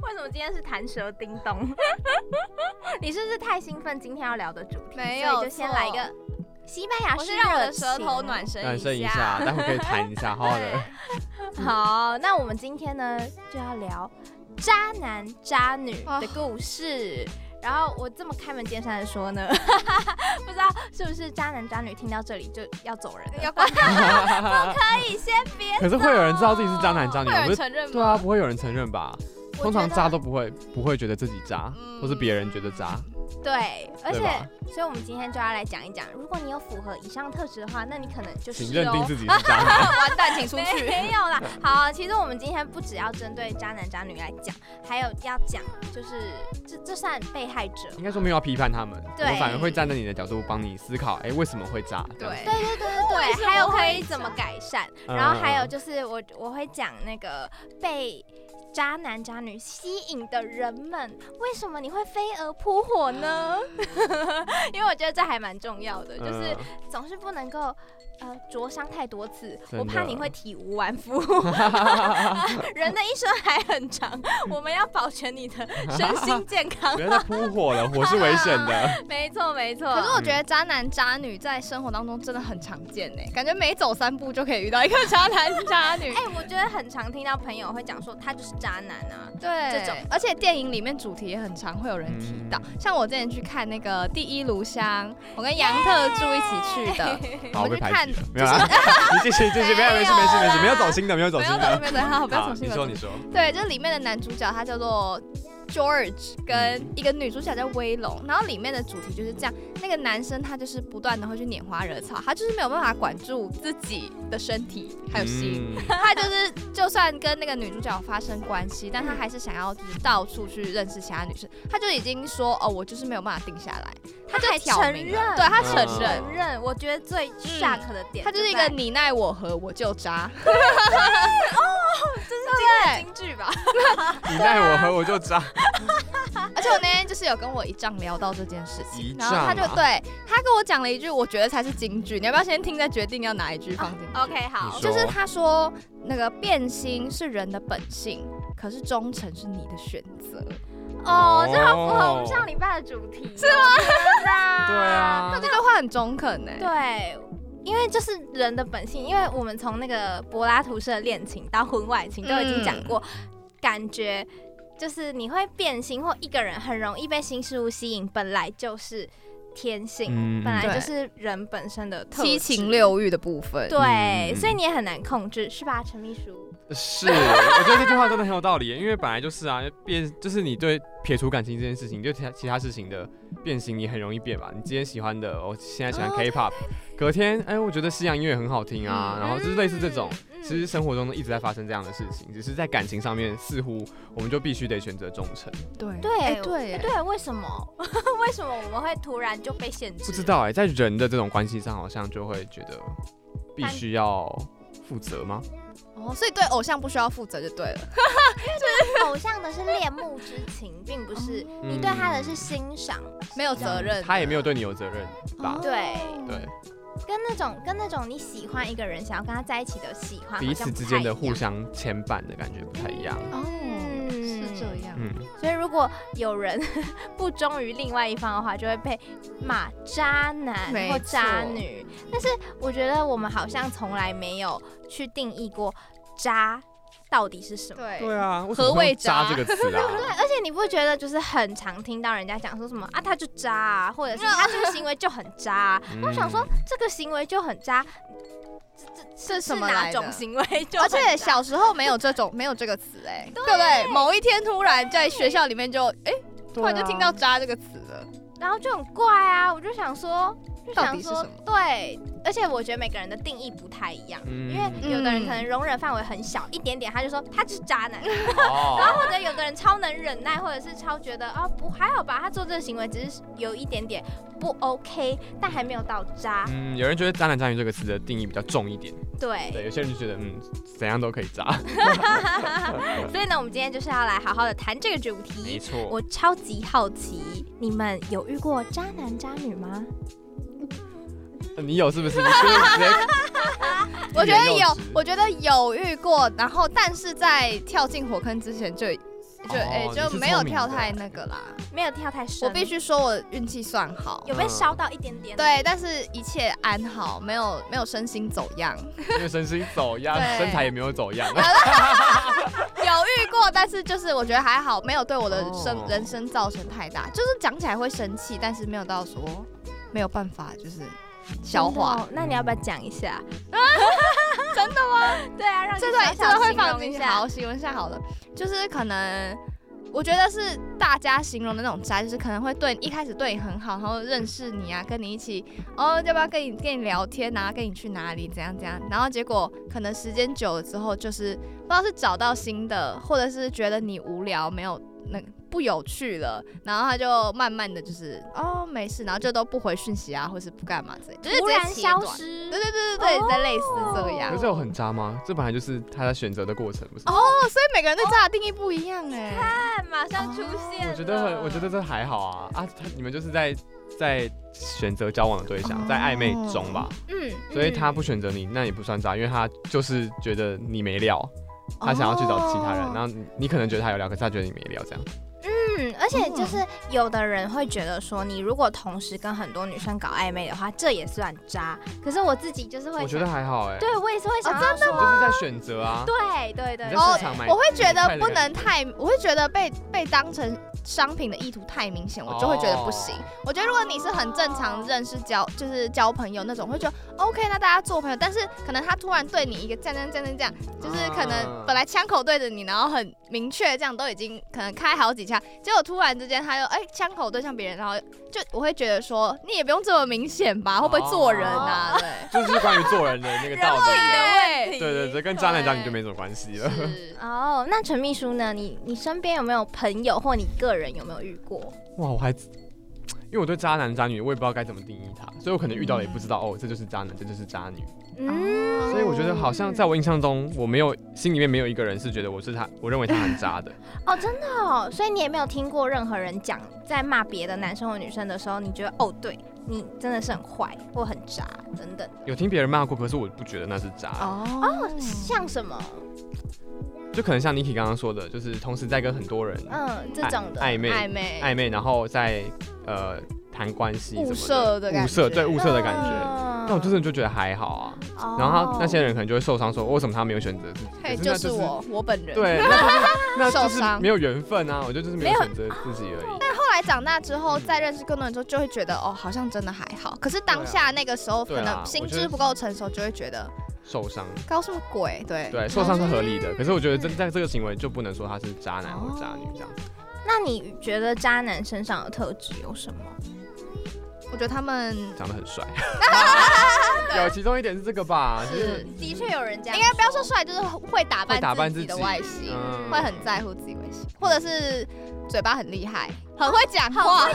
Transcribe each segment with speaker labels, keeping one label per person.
Speaker 1: 为什么今天是弹舌叮咚？ 你是不是太兴奋今天要聊的主题？
Speaker 2: 没
Speaker 1: 所以
Speaker 2: 有
Speaker 1: 就先来一个
Speaker 2: 错
Speaker 1: 西班牙
Speaker 2: 我
Speaker 1: 式
Speaker 2: 是让我的
Speaker 1: 热
Speaker 2: 舌
Speaker 1: 情
Speaker 2: 头暖身
Speaker 3: 暖身
Speaker 2: 一
Speaker 3: 一下，待会可以谈一下，好好的。
Speaker 1: 好，那我们今天呢就要聊渣男渣女的故事。然后我这么开门见山的说呢， 不知道是不是渣男渣女听到这里就要走人了？
Speaker 2: 要关掉，
Speaker 1: 可以先别走。
Speaker 3: 可是会有人知道自己是渣男渣女
Speaker 2: 会
Speaker 3: 吗，不
Speaker 2: 有人
Speaker 3: 是？
Speaker 2: 承认吗？
Speaker 3: 对啊，，不会有人承认吧？
Speaker 1: 我
Speaker 3: 通常
Speaker 1: 觉得
Speaker 3: 渣都不会，不会觉得自己渣，
Speaker 2: 嗯
Speaker 3: 都是别人觉得渣。
Speaker 1: 对，而
Speaker 3: 对
Speaker 1: 且
Speaker 3: 吧，
Speaker 1: 所以我们今天就要来讲一讲，如果你有符合以上特质的话，那你可能就是
Speaker 3: 请认定
Speaker 1: 哦
Speaker 3: 自己是渣男。
Speaker 2: 完蛋，请出 去。
Speaker 1: 没有 啦，好，其实我们今天不只要针对渣男渣女来讲，还有要讲就是这这算被害者。
Speaker 3: 应该说没有要批判他们，
Speaker 1: 对
Speaker 3: 我反而会站在你的角度帮你思考，哎，为什么会渣？这样
Speaker 2: 对
Speaker 1: 对对对对
Speaker 2: 什
Speaker 1: 对，
Speaker 2: 么
Speaker 1: 还有可
Speaker 2: 会
Speaker 1: 以怎么改善，
Speaker 3: 嗯
Speaker 1: 然后还有就是我我会讲那个被渣男渣女吸引的人们，为什么你会飞蛾扑火 呢？因为我觉得这还蛮重要的，就是
Speaker 3: 嗯
Speaker 1: 总是不能够呃灼伤太多次，
Speaker 3: 真的
Speaker 1: 我怕你会体无完 肤。人的一生还很长，我们要保全你的身心健 康
Speaker 3: 不。要再扑火了，火是危险的。嗯
Speaker 1: 没错没错，
Speaker 2: 可是我觉得渣男渣女在生活当中真的很常见呢，感觉每走三步就可以遇到一个 渣男渣女
Speaker 1: 哎、。我觉得很常听到朋友会讲说他就是渣男啊，
Speaker 2: 对，
Speaker 1: 这种
Speaker 2: 而且电影里面主题也很常会有人提到，像我之前去看那个《第一炉香》，我跟杨特助一起去的，
Speaker 3: 好，
Speaker 2: 我
Speaker 3: 被
Speaker 2: 们去
Speaker 3: 排
Speaker 2: 看
Speaker 3: 挤了，没有啦， 你继续继续，没有没事没事没事，没有走心的，没有走
Speaker 2: 没
Speaker 3: 心
Speaker 2: 有
Speaker 3: 的
Speaker 2: 走。心，没有走心，好，不要
Speaker 3: 好，
Speaker 2: 走心，
Speaker 3: 你
Speaker 2: 不要
Speaker 3: 说
Speaker 2: 走
Speaker 3: 你
Speaker 2: 心。
Speaker 3: 说，
Speaker 2: 对，就是里面的男主角他叫做 George，跟一个女主角叫威龙，然后里面的主题就是这样，那个男生他就是不断的会去拈花惹草，他就是没有办法管住自己的身体还有心，
Speaker 3: 嗯
Speaker 2: 他就是就算跟那个女主角发生关系，但他还是想要就是到处去认识其他女生，他就已经说哦，我就是没有办法定下来，他就
Speaker 1: 还
Speaker 2: 挑
Speaker 1: 承
Speaker 2: 明
Speaker 1: 认，
Speaker 2: 了，对他承
Speaker 3: 嗯
Speaker 2: 认。
Speaker 1: 承认，我觉得最 shock 的点，
Speaker 2: 他就是一个你奈我何，我就渣。
Speaker 1: 京剧吧，
Speaker 3: 你奈我何我就渣。
Speaker 2: 而且我那天就是有跟我姨丈聊到这件事
Speaker 3: 姨
Speaker 2: 情，然
Speaker 3: 丈
Speaker 2: 后
Speaker 3: 啊
Speaker 2: 他就对他跟我讲了一句，我觉得才是金句，你要不要先听再决定要哪一句放进
Speaker 3: 啊
Speaker 2: 去？
Speaker 1: OK，好
Speaker 3: 你，说
Speaker 2: 就是他说那个变心是人的本性，可是忠诚是你的选择。
Speaker 1: 哦，这好符合我们上礼拜的主题，是吗？
Speaker 3: 对。
Speaker 2: 那
Speaker 3: 啊，
Speaker 2: 这句话很中肯欸呢、
Speaker 1: 对，因为这是人的本性，因为我们从那个柏拉图式的恋情到婚外情都已经讲过，
Speaker 3: 嗯
Speaker 1: 感觉就是你会变心，或一个人很容易被新事物吸引，本来就是天性，
Speaker 3: 嗯
Speaker 1: 本来
Speaker 2: 对
Speaker 1: 就是人本身的特质
Speaker 2: 七情。六欲的部分，
Speaker 1: 对，
Speaker 3: 嗯
Speaker 1: 所以你也很难控制，是吧，陈秘书？
Speaker 3: 是，我觉得这句话真的很有道理，因为本来就是啊，变就是你对撇除感情这件事情，就其他其他事情的变形，你很容易变吧。你今天喜欢的，我现在喜欢
Speaker 1: 哦
Speaker 3: K-pop，隔天哎，我觉得西洋音乐很好听啊，
Speaker 2: 嗯
Speaker 3: 然后就是类似这种。
Speaker 1: 嗯，
Speaker 3: 其实生活中一直在发生这样的事情，只是在感情上面，似乎我们就必须得选择忠诚。
Speaker 2: 对
Speaker 1: 对
Speaker 2: 哎
Speaker 1: 哎
Speaker 2: 对
Speaker 1: 对，为什么？ 为什么我们会突然就被限制？
Speaker 3: 不知道哎、在人的这种关系上，好像就会觉得必须要负责吗？
Speaker 2: 哦，所以对偶像不需要负责就对了。
Speaker 1: 偶像的是恋慕之情，并不是
Speaker 3: 嗯
Speaker 1: 你对他的是欣赏，
Speaker 2: 没有责任
Speaker 3: 他也没有对你有责任
Speaker 2: 哦
Speaker 3: 吧？
Speaker 1: 对
Speaker 3: 对，
Speaker 1: 跟那种跟那种你喜欢一个人，想要跟他在一起的喜欢，
Speaker 3: 彼此之间的互
Speaker 1: 相。
Speaker 3: 相牵绊的感觉不太一样。
Speaker 2: 哦，
Speaker 1: 嗯
Speaker 2: 是这样。
Speaker 3: 嗯，
Speaker 1: 所以如果有人 不忠于另外一方的话，就会被骂渣男
Speaker 2: 没
Speaker 1: 或渣
Speaker 2: 错
Speaker 1: 女。但是我觉得我们好像从来没有去定义过渣到底是什么。
Speaker 2: 对
Speaker 3: 对啊，为什
Speaker 2: 何
Speaker 3: 么会
Speaker 2: 谓
Speaker 3: 用渣
Speaker 2: 渣
Speaker 3: 这个词 啊？
Speaker 1: 而且你不觉得就是很常听到人家讲说什么啊，他就渣啊，或者 是他这个行为就很渣、啊。
Speaker 3: 嗯
Speaker 1: 我想说，这个行为就很渣，这这
Speaker 2: 是什么
Speaker 1: 哪
Speaker 2: 来
Speaker 1: 种
Speaker 2: 的
Speaker 1: 行为 就
Speaker 2: 而
Speaker 1: 很渣？
Speaker 2: 且小时候没有这种 没有这个词哎、对不对？某一天突然在学校里面就哎、突然就听到“渣”这个词了，
Speaker 1: 然后就很怪啊，我就想说，
Speaker 2: 到
Speaker 1: 想
Speaker 2: 底是
Speaker 1: 说
Speaker 2: 什么？
Speaker 1: 对，而且我觉得每个人的定义不太一样。
Speaker 3: 嗯
Speaker 1: 因为 有的人可能容忍范围很小一点点，他就说他就是渣男，然
Speaker 3: 哦，
Speaker 1: 后或者有的人超能忍耐，或者是超觉得啊不还好吧，他做这个行为只是有一点点不 OK，但还没有到渣。
Speaker 3: 嗯，有人觉得“渣男渣女”这个词的定义比较重一点，
Speaker 1: 对，
Speaker 3: 对，有些人就觉得嗯，怎样都可以渣，
Speaker 1: 所以呢，我们今天就是要来好好的谈这个主
Speaker 3: 没
Speaker 1: 题。
Speaker 3: 错。
Speaker 1: 我超级好奇，你们有遇过渣男渣女吗？
Speaker 3: 你有是不是？你是不是直接
Speaker 2: 我觉得
Speaker 3: 欲言又
Speaker 2: 有
Speaker 3: 止，
Speaker 2: 我觉得有遇过，然后但是在跳进火坑之前就就
Speaker 3: 哦
Speaker 2: 哎、
Speaker 3: 你
Speaker 2: 就是没有
Speaker 3: 聪明
Speaker 2: 跳
Speaker 3: 的
Speaker 2: 太那个啦。
Speaker 1: 没有跳太深，
Speaker 2: 我必须说我运气算好。
Speaker 1: 有
Speaker 3: 嗯
Speaker 1: 被烧到一点点。，
Speaker 2: 对，但是一切安好，没有没有身心走样。
Speaker 3: 因为身心走样，
Speaker 2: 对
Speaker 3: 身材也没有走样。
Speaker 2: 有遇过，但是就是我觉得还好，没有对我的生、
Speaker 3: 哦
Speaker 2: 人生造成太大。就是讲起来会生气，但是没有到说没有办法就是消化。。
Speaker 1: 哦那你要不要讲一 下？
Speaker 2: 真的
Speaker 1: 吗？对啊，让你
Speaker 2: 这段
Speaker 1: 小
Speaker 2: 这
Speaker 1: 小
Speaker 2: 段会
Speaker 1: 形容
Speaker 2: 放进
Speaker 1: 一
Speaker 2: 去，
Speaker 1: 下
Speaker 2: 好，。我形容一下好了，就是可能。我觉得是大家形容的那种渣，就是可能会对一开始对你很好，然后认识你啊，跟你一起哦，要不要跟你跟你聊天啊，跟你去哪里，怎样怎样，然后结果可能时间久了之后，就是不知道是找到新的，或者是觉得你无聊，没有那不有趣了，然后他就慢慢的就是哦没事，然后就都不回讯息啊，或是不干嘛之类，就是
Speaker 1: 突
Speaker 2: 直
Speaker 1: 然
Speaker 2: 接切断
Speaker 1: 消，失。哦
Speaker 2: 对对对对对，在类似这样
Speaker 3: 可。是有很渣吗？这本来就是他在选择的过程，不是吗？
Speaker 2: 哦，所以每个人对渣的定义不一样哎、
Speaker 1: 看，马上出现
Speaker 3: 哦
Speaker 1: 了。
Speaker 3: 我觉得很，我觉得这还好啊啊！他你们就是在在选择交往的对象
Speaker 2: 哦，
Speaker 3: 在暧昧中吧，
Speaker 1: 嗯，嗯
Speaker 3: 所以他不选择你，那也不算渣，因为他就是觉得你没料，他想要去找其他
Speaker 2: 哦
Speaker 3: 人，然后你你可能觉得他有料，可是他觉得你没料，这样。
Speaker 1: 嗯，而且就是有的人会觉得说，你如果同时跟很多女生搞暧昧的话，这也算渣。可是我自己就是会
Speaker 3: 我觉得
Speaker 1: 想，
Speaker 3: 还好哎，
Speaker 1: 对我也是会想
Speaker 2: 哦
Speaker 1: 到
Speaker 3: 你
Speaker 1: 说，
Speaker 3: 就是在选择啊，
Speaker 1: 对对对哦
Speaker 3: 你
Speaker 1: 对
Speaker 3: 在市场买，
Speaker 2: 我会觉得不能太，我会觉得被被当成商品的意图太明显，我就会觉得不行。
Speaker 3: 哦
Speaker 2: 我觉得如果你是很正常认识交，就是交朋友那种，我会觉得哦 OK，那大家做朋友。但是可能他突然对你一个这样这样这样这样，就是可能
Speaker 3: 啊
Speaker 2: 本来枪口对着你，然后很明确这样都已经可能开好几枪，结果突然之间他又哎枪口对向别人，然后就我会觉得说你也不用这么明显吧，会不会做人啊？
Speaker 3: 哦
Speaker 2: 对。
Speaker 3: 就是关于做人的那个
Speaker 1: 人
Speaker 3: 道
Speaker 1: 品
Speaker 3: 理。
Speaker 1: 的问题。
Speaker 3: 对对对，跟渣男渣女就没什么关系了。
Speaker 2: 是
Speaker 1: 哦，那陈秘书呢？你你身边有没有朋友或你个人有没有遇过？
Speaker 3: 哇，我还。因为我对渣男渣女，我也不知道该怎么定义他，所以我可能遇到了也不知道、哦，这就是渣男，这就是渣女。
Speaker 1: 嗯，
Speaker 3: 所以我觉得好像在我印象中，我没有心里面没有一个人是觉得我是他，我认为他很渣的。
Speaker 1: 哦，真的哦，所以你也没有听过任何人讲，在骂别的男生或女生的时候，你觉得哦，对你真的是很坏或很渣等等，
Speaker 3: 有听别人骂过，可是我不觉得那是渣。
Speaker 2: 哦，
Speaker 1: 像什么
Speaker 3: 就可能像 Niki 刚刚说的，就是同时在跟很多人
Speaker 1: 嗯这
Speaker 3: 暧
Speaker 1: 种的
Speaker 3: 暧昧
Speaker 2: 暧昧
Speaker 3: 暧昧，然后在呃谈关系什么的
Speaker 2: 物色的感觉
Speaker 3: 物色对物色的感觉。
Speaker 1: 嗯
Speaker 3: 那我真的就觉得还好啊。
Speaker 1: 哦
Speaker 3: 然后他那些人可能就会受伤，说为什么他没有选择 自己？
Speaker 2: 嘿，
Speaker 3: 可是那
Speaker 2: 就是我，我本人。
Speaker 3: 对，那就是那就
Speaker 2: 受
Speaker 3: 是
Speaker 2: 伤
Speaker 3: 没有缘分啊！我觉得就是没有选择自己而已。
Speaker 2: 后来长大之后，再认识更多人之后，就会觉得哦，好像真的还好。可是当下那个时候，
Speaker 3: 啊对
Speaker 2: 可
Speaker 3: 啊
Speaker 2: 能心智不够成熟，就会觉得
Speaker 3: 受伤，
Speaker 2: 搞什么鬼？对，
Speaker 3: 对，受伤是合理的。可是我觉得这在这个行为就不能说他是渣男或渣女这样。
Speaker 1: 那你觉得渣男身上的特质有什么？
Speaker 2: 我觉得他们应
Speaker 3: 长得很帅。有其中一点是这个吧，就是
Speaker 1: 的确有人这
Speaker 2: 该不要说帅，就是会打
Speaker 3: 会打扮
Speaker 2: 扮
Speaker 3: 自
Speaker 2: 自
Speaker 3: 己
Speaker 2: 己的外形，
Speaker 3: 嗯
Speaker 2: 会很在乎自己外形，或者是嘴巴很厉害，很会讲话，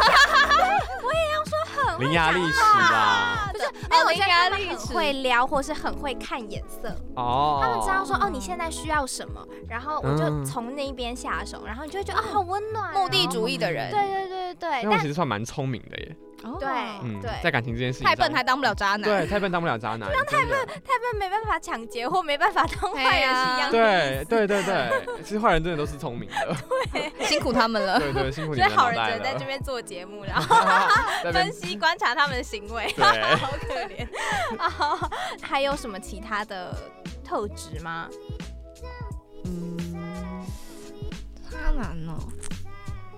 Speaker 3: 伶牙俐齿啦。
Speaker 1: 不是，没
Speaker 2: 哎哦
Speaker 1: 有，我觉得他们
Speaker 2: 伶牙
Speaker 1: 很
Speaker 2: 俐齿
Speaker 1: 会撩，或是很会看眼色。
Speaker 3: 哦，嗯
Speaker 1: 他们知道说哦，你现在需要什么，然后我就从那边下手，然后你就会觉得啊，好温暖啊。
Speaker 2: 目的主义的人。
Speaker 1: 对对对对
Speaker 3: 那
Speaker 1: 对，
Speaker 3: 我其实算蛮聪明的耶。
Speaker 2: 哦
Speaker 1: 对
Speaker 3: 嗯
Speaker 1: 哎对，
Speaker 3: 在感情这件事情
Speaker 2: 太
Speaker 3: 上，
Speaker 2: 笨还当不了渣男。
Speaker 3: 对，太笨当不了渣 男，真的。
Speaker 1: 但他们没办法抢劫或没办法当坏人是一样的。
Speaker 3: 对对 对对，其实坏人真的都是聪明的，
Speaker 2: 辛苦他们了。
Speaker 3: 对对，辛苦你
Speaker 1: 所以
Speaker 3: 们
Speaker 1: 好
Speaker 3: 脑
Speaker 1: 人
Speaker 3: 袋
Speaker 1: 只能在
Speaker 3: 了
Speaker 1: 这。边做节目，然后
Speaker 3: 在那
Speaker 1: 分
Speaker 3: 边
Speaker 1: 析观察他们的 行为，
Speaker 3: 对，
Speaker 1: 好可怜。哦还有什么其他的特质吗？
Speaker 2: 渣男哦，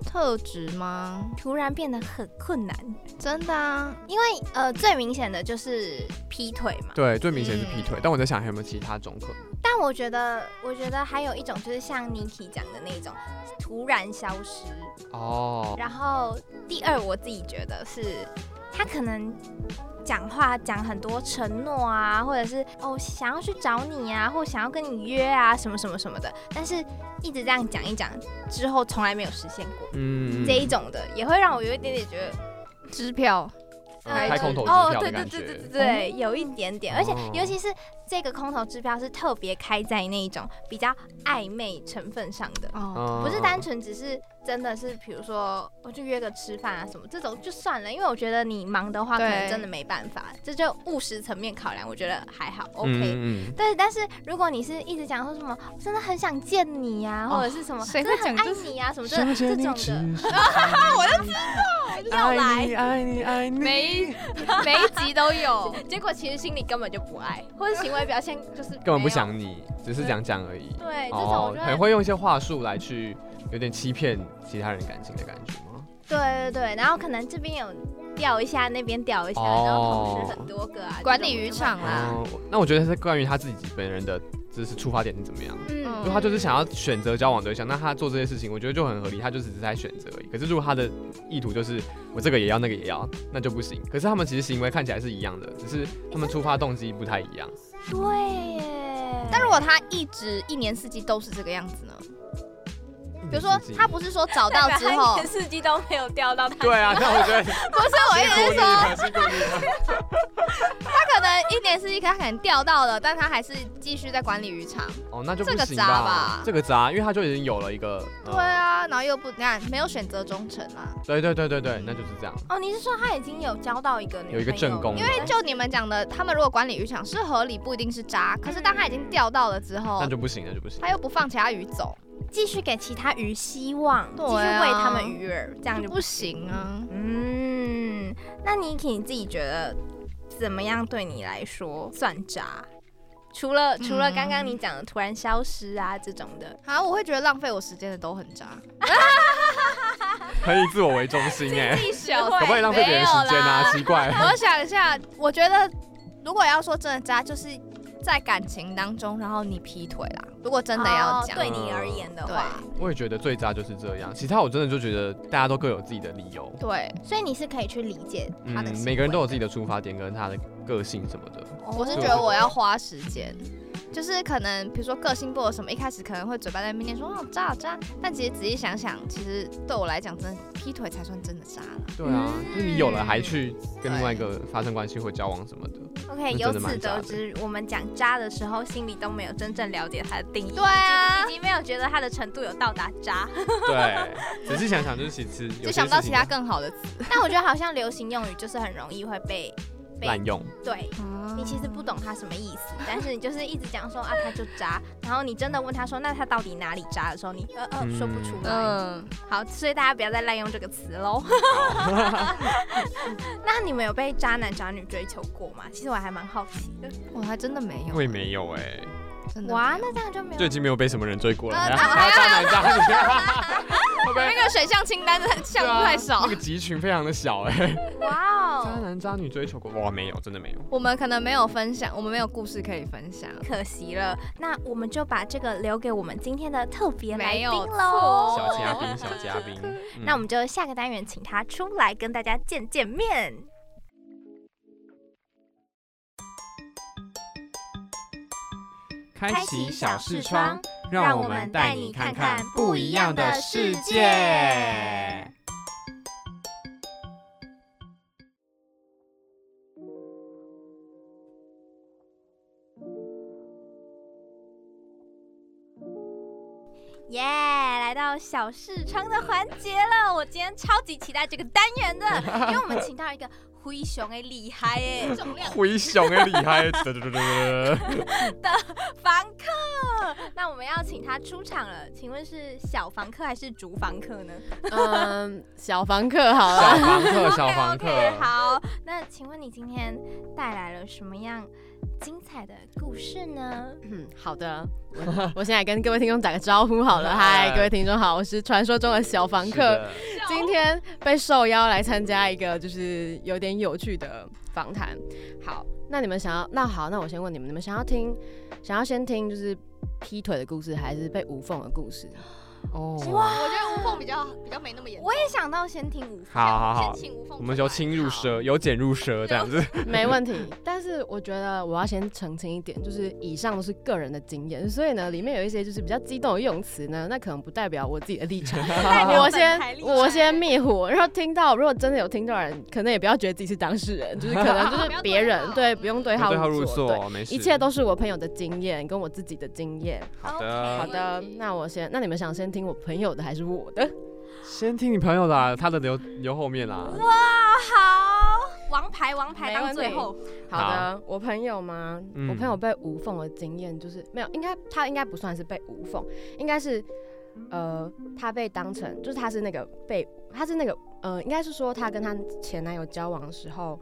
Speaker 2: 特质吗？
Speaker 1: 突然变得很困难，
Speaker 2: 真的啊，
Speaker 1: 因为呃，最明显的就是劈腿嘛。
Speaker 3: 对，最明显是劈
Speaker 1: 嗯
Speaker 3: 腿。但我在想还有没有其他种可能？
Speaker 1: 但我觉得，我觉得还有一种就是像 Niki 讲的那种突然消失。
Speaker 3: 哦，
Speaker 1: 然后第二，我自己觉得是他可能讲话讲很多承诺啊，或者是哦想要去找你啊，或想要跟你约啊，什么什么什么的，但是一直这样讲一讲之后，从来没有实现过、
Speaker 3: 嗯
Speaker 1: 这一种的，也会让我有一点点觉得。
Speaker 2: 支票，
Speaker 3: 呃开空头支
Speaker 1: 哦
Speaker 3: 票，
Speaker 1: 对
Speaker 3: 的
Speaker 1: 对
Speaker 3: 感
Speaker 1: 对对对
Speaker 3: 觉，
Speaker 1: 对，有一点点，而且
Speaker 3: 哦
Speaker 1: 尤其是这个空头支票是特别开在那一种比较暧昧成分上的，
Speaker 2: 哦，
Speaker 3: 嗯
Speaker 1: 不是单纯只是真的是，比如说我去约个吃饭啊什么这种就算了，因为我觉得你忙的话可
Speaker 2: 对
Speaker 1: 能真的没办法，这就务实层面考量，我觉得还好，OK。
Speaker 3: 嗯嗯
Speaker 1: 对，但是如果你是一直讲说什么真的很想见你呀、
Speaker 2: 哦
Speaker 1: 或者是什么、
Speaker 2: 谁
Speaker 1: 真
Speaker 2: 会
Speaker 1: 的很
Speaker 2: 讲
Speaker 1: 爱
Speaker 2: 这
Speaker 1: 你啊呀、什么这
Speaker 3: 嗯，
Speaker 1: 这种的， 要
Speaker 3: 爱
Speaker 1: 来
Speaker 3: 你，爱你，爱 你，
Speaker 2: 每
Speaker 3: 哦
Speaker 2: 每一集都有，
Speaker 1: 结果其实心里根本就不爱，或者行为表现就是
Speaker 3: 根本
Speaker 1: 没
Speaker 3: 不
Speaker 1: 有
Speaker 3: 想你，只是讲讲而已。哦
Speaker 1: 对，这种我觉得、
Speaker 3: 很会用一些话术来去有点欺骗其他人感情的感觉吗？
Speaker 1: 对对对，然后可能这边有掉一下，那边掉一下，
Speaker 3: 哦
Speaker 1: 然后同时很多个啊，
Speaker 2: 管理渔场
Speaker 1: 啊
Speaker 2: 啦。
Speaker 3: 哦，那我觉得是关于他自己本人的，就是出发点是怎么样。
Speaker 1: 这种就会，
Speaker 2: 嗯
Speaker 3: 如果他就是想要选择交往对象，那他做这些事情，我觉得就很合理，他就只是在选择而已。可是如果他的意图就是我这个也要，那个也要，那就不行。可是他们其实行为看起来是一样的，只是他们出发动机不太一样。
Speaker 1: 对耶，
Speaker 2: 但如果他一直一年四季都是这个样子呢？比如说
Speaker 3: 自己
Speaker 2: 他不是说找到之 后，
Speaker 1: 四季都没有掉到他，
Speaker 3: 嗯对啊，那我觉得 不是
Speaker 2: 我意思是
Speaker 3: 说，辛苦你了
Speaker 2: 他可能一年四季他可能钓到了，但他还是继续在管理渔场。
Speaker 3: 哦，那就不
Speaker 2: 这个
Speaker 3: 行
Speaker 2: 渣吧
Speaker 3: 这个渣，因为他就已经有了一个，呃
Speaker 2: 对啊，然后又不你看没有选择忠诚啊。
Speaker 3: 对对对对对，那就是这样。
Speaker 1: 哦，你是说他已经有交到一个女朋友
Speaker 3: 有一个正宫
Speaker 1: 了
Speaker 3: 因
Speaker 2: 因为就你们讲的，他们如果管理渔场是合理，不一定是渣。可是当他已经钓到了之后
Speaker 3: 那，就不行，那就不行。
Speaker 2: 他又不放其他鱼走，
Speaker 1: 继续给其他鱼希望，继
Speaker 2: 对
Speaker 1: 续喂
Speaker 2: 啊
Speaker 1: 他们鱼饵，这样就
Speaker 2: 就不行啊。
Speaker 1: 嗯，那 Niki 你自己觉得怎么样？对你来说算渣？除了除了刚刚你讲的突然消失啊这种的，
Speaker 2: 啊，我会觉得浪费我时间的都很渣。
Speaker 3: 可以自我为中心哎、
Speaker 1: 一
Speaker 2: 小
Speaker 3: 可不可以浪费别人时间啊？奇怪，
Speaker 2: 我想一下，我觉得如果要说真的渣，就是在感情当中，然后你劈腿啦。如果真的要
Speaker 1: 哦
Speaker 2: 讲，
Speaker 1: 对你而言的话，
Speaker 3: 我也觉得最渣就是这样。其他我真的就觉得大家都各有自己的理由，
Speaker 2: 对，
Speaker 1: 所以你是可以去理解他的、
Speaker 3: 嗯，每个人都有自己。的出发点跟他的个性什么的。
Speaker 2: 我
Speaker 1: 哦
Speaker 2: 是觉得我要花时间。就是可能，比如说个性不合什么，一开始可能会嘴巴在那边念说哦渣啊渣，但其实仔细想想，其实对我来讲，真的劈腿才算真的渣了。
Speaker 3: 对啊，
Speaker 1: 嗯
Speaker 3: 就是你有了还去跟另外一个发生关系或交往什么的，
Speaker 1: OK，
Speaker 3: 是
Speaker 1: 由
Speaker 3: 真的
Speaker 1: 此
Speaker 3: 蛮渣
Speaker 1: 得
Speaker 3: 的
Speaker 1: 知，我们讲渣的时候，心里都没有真正了解它的定义，
Speaker 2: 对啊
Speaker 1: 以及以及没有觉得它的程度有到达 渣。
Speaker 3: 对，仔细想想就是其实有
Speaker 2: 就
Speaker 3: 些
Speaker 2: 想不到
Speaker 3: 事
Speaker 2: 其
Speaker 3: 情啊
Speaker 2: 他更好的词。
Speaker 1: 但我觉得好像流行用语就是很容易会被被
Speaker 3: 滥用，
Speaker 1: 对你其实不懂他什么意 思，但是你就是一直讲说啊，他就渣。然后你真的问他说，那他到底哪里渣的时候，你呃呃
Speaker 3: 嗯
Speaker 1: 说不出来。
Speaker 2: 嗯，
Speaker 1: 好，所以大家不要再滥用这个词 喽。那你们有被渣男渣女追求过吗？其实我还蛮好奇的。
Speaker 2: 我还真的没有，
Speaker 3: 我也没有哎、
Speaker 2: 真的
Speaker 1: 哇，
Speaker 2: 哇，
Speaker 1: 那这样就没
Speaker 3: 就
Speaker 1: 有
Speaker 3: 已。经没有被什么人追过了，
Speaker 2: 呃
Speaker 3: 还要还要渣男渣女，会不会
Speaker 2: 那个选项清单真的项目
Speaker 3: 对
Speaker 2: 太
Speaker 3: 啊
Speaker 2: 少
Speaker 3: 那。个集群非常的小哎、
Speaker 1: 哇
Speaker 3: 渣
Speaker 1: 哦，
Speaker 3: 男渣女追求过，哇，没有，真的没有。
Speaker 2: 我们可能没有分享，我们没有故事可以分享。
Speaker 1: 可惜了。那我们就把这个留给我们今天的特别来
Speaker 2: 没
Speaker 1: 宾
Speaker 2: 有
Speaker 1: 喽
Speaker 2: 错。
Speaker 3: 小嘉宾，小嘉宾。
Speaker 1: 哦
Speaker 3: 嗯
Speaker 1: 那我们就下个单元请他出来跟大家见见面。
Speaker 3: 开启小视窗
Speaker 1: 窗，，
Speaker 3: 让我们带你看看不一样的世 界。
Speaker 1: 耶来到小视窗的环节了。我今天超级期待这个单元的， 因为我们请到一个灰熊哎厉害哎，重量
Speaker 3: 灰熊哎，厉害！得得得得 得
Speaker 1: 房客。那我们要请他出场了，请问是小房客还是竹房客呢？
Speaker 4: 嗯，小房客好了，
Speaker 3: 小房客，小房
Speaker 1: OK，
Speaker 3: 客。
Speaker 1: 好，那请问你今天带来了什么样精彩的故事呢？
Speaker 4: 嗯，好的，我我现在跟各位听众打个招呼好了，嗨，各位听众好，我是传说中的小房
Speaker 3: 是
Speaker 4: 客，
Speaker 3: 的，
Speaker 4: 今天被受邀来参加一个就是有点有趣的访谈。好，那你们想要，那好，那我先问你们，你们想要听，想要先听就是劈腿的故事，还是被无缝的故事？
Speaker 3: 哦，
Speaker 2: 我觉得无缝比较比较没那么严重。
Speaker 1: 我也想到先听五分，
Speaker 3: 好好好
Speaker 2: 先，请无缝。
Speaker 3: 我们由轻入。奢，由俭入奢这样子。
Speaker 4: 没问题。但是我觉得我要先澄清一点，就是以上都是个人的经验，所以呢，里面有一些就是比较激动的用词呢，那可能不代表我自己的立场。
Speaker 1: 代表
Speaker 4: 我
Speaker 1: 本
Speaker 4: 先
Speaker 1: 台立场
Speaker 4: 我先灭火，然后听到如果真的有听到人，可能也不要觉得自己是当事人，就是可能就
Speaker 2: 不
Speaker 4: 是
Speaker 2: 要
Speaker 4: 别
Speaker 2: 对
Speaker 4: 人
Speaker 2: 号
Speaker 4: 对，不用 对号
Speaker 3: 对号入
Speaker 4: 座，对
Speaker 3: 座，没事，
Speaker 4: 一切都是我朋友的经验跟我自己的经验。
Speaker 3: 好
Speaker 1: 没
Speaker 3: 的。
Speaker 4: 好
Speaker 1: 问
Speaker 4: 的
Speaker 1: 题，
Speaker 4: 那我先，那你们想先听我朋友的还是我的？
Speaker 3: 先听你朋友的啊，他的留留后面啦。
Speaker 1: 哇，好，王牌王牌
Speaker 4: 没
Speaker 1: 当
Speaker 4: 问
Speaker 1: 最
Speaker 4: 题
Speaker 1: 后，
Speaker 4: 好的，我朋友吗？
Speaker 3: 嗯
Speaker 4: 我朋友被无缝的经验就是没有，应该他应该不算是被无缝，应该是呃，他被当成就是他是那个被他是那个呃，应该是说他跟他前男友交往的时候。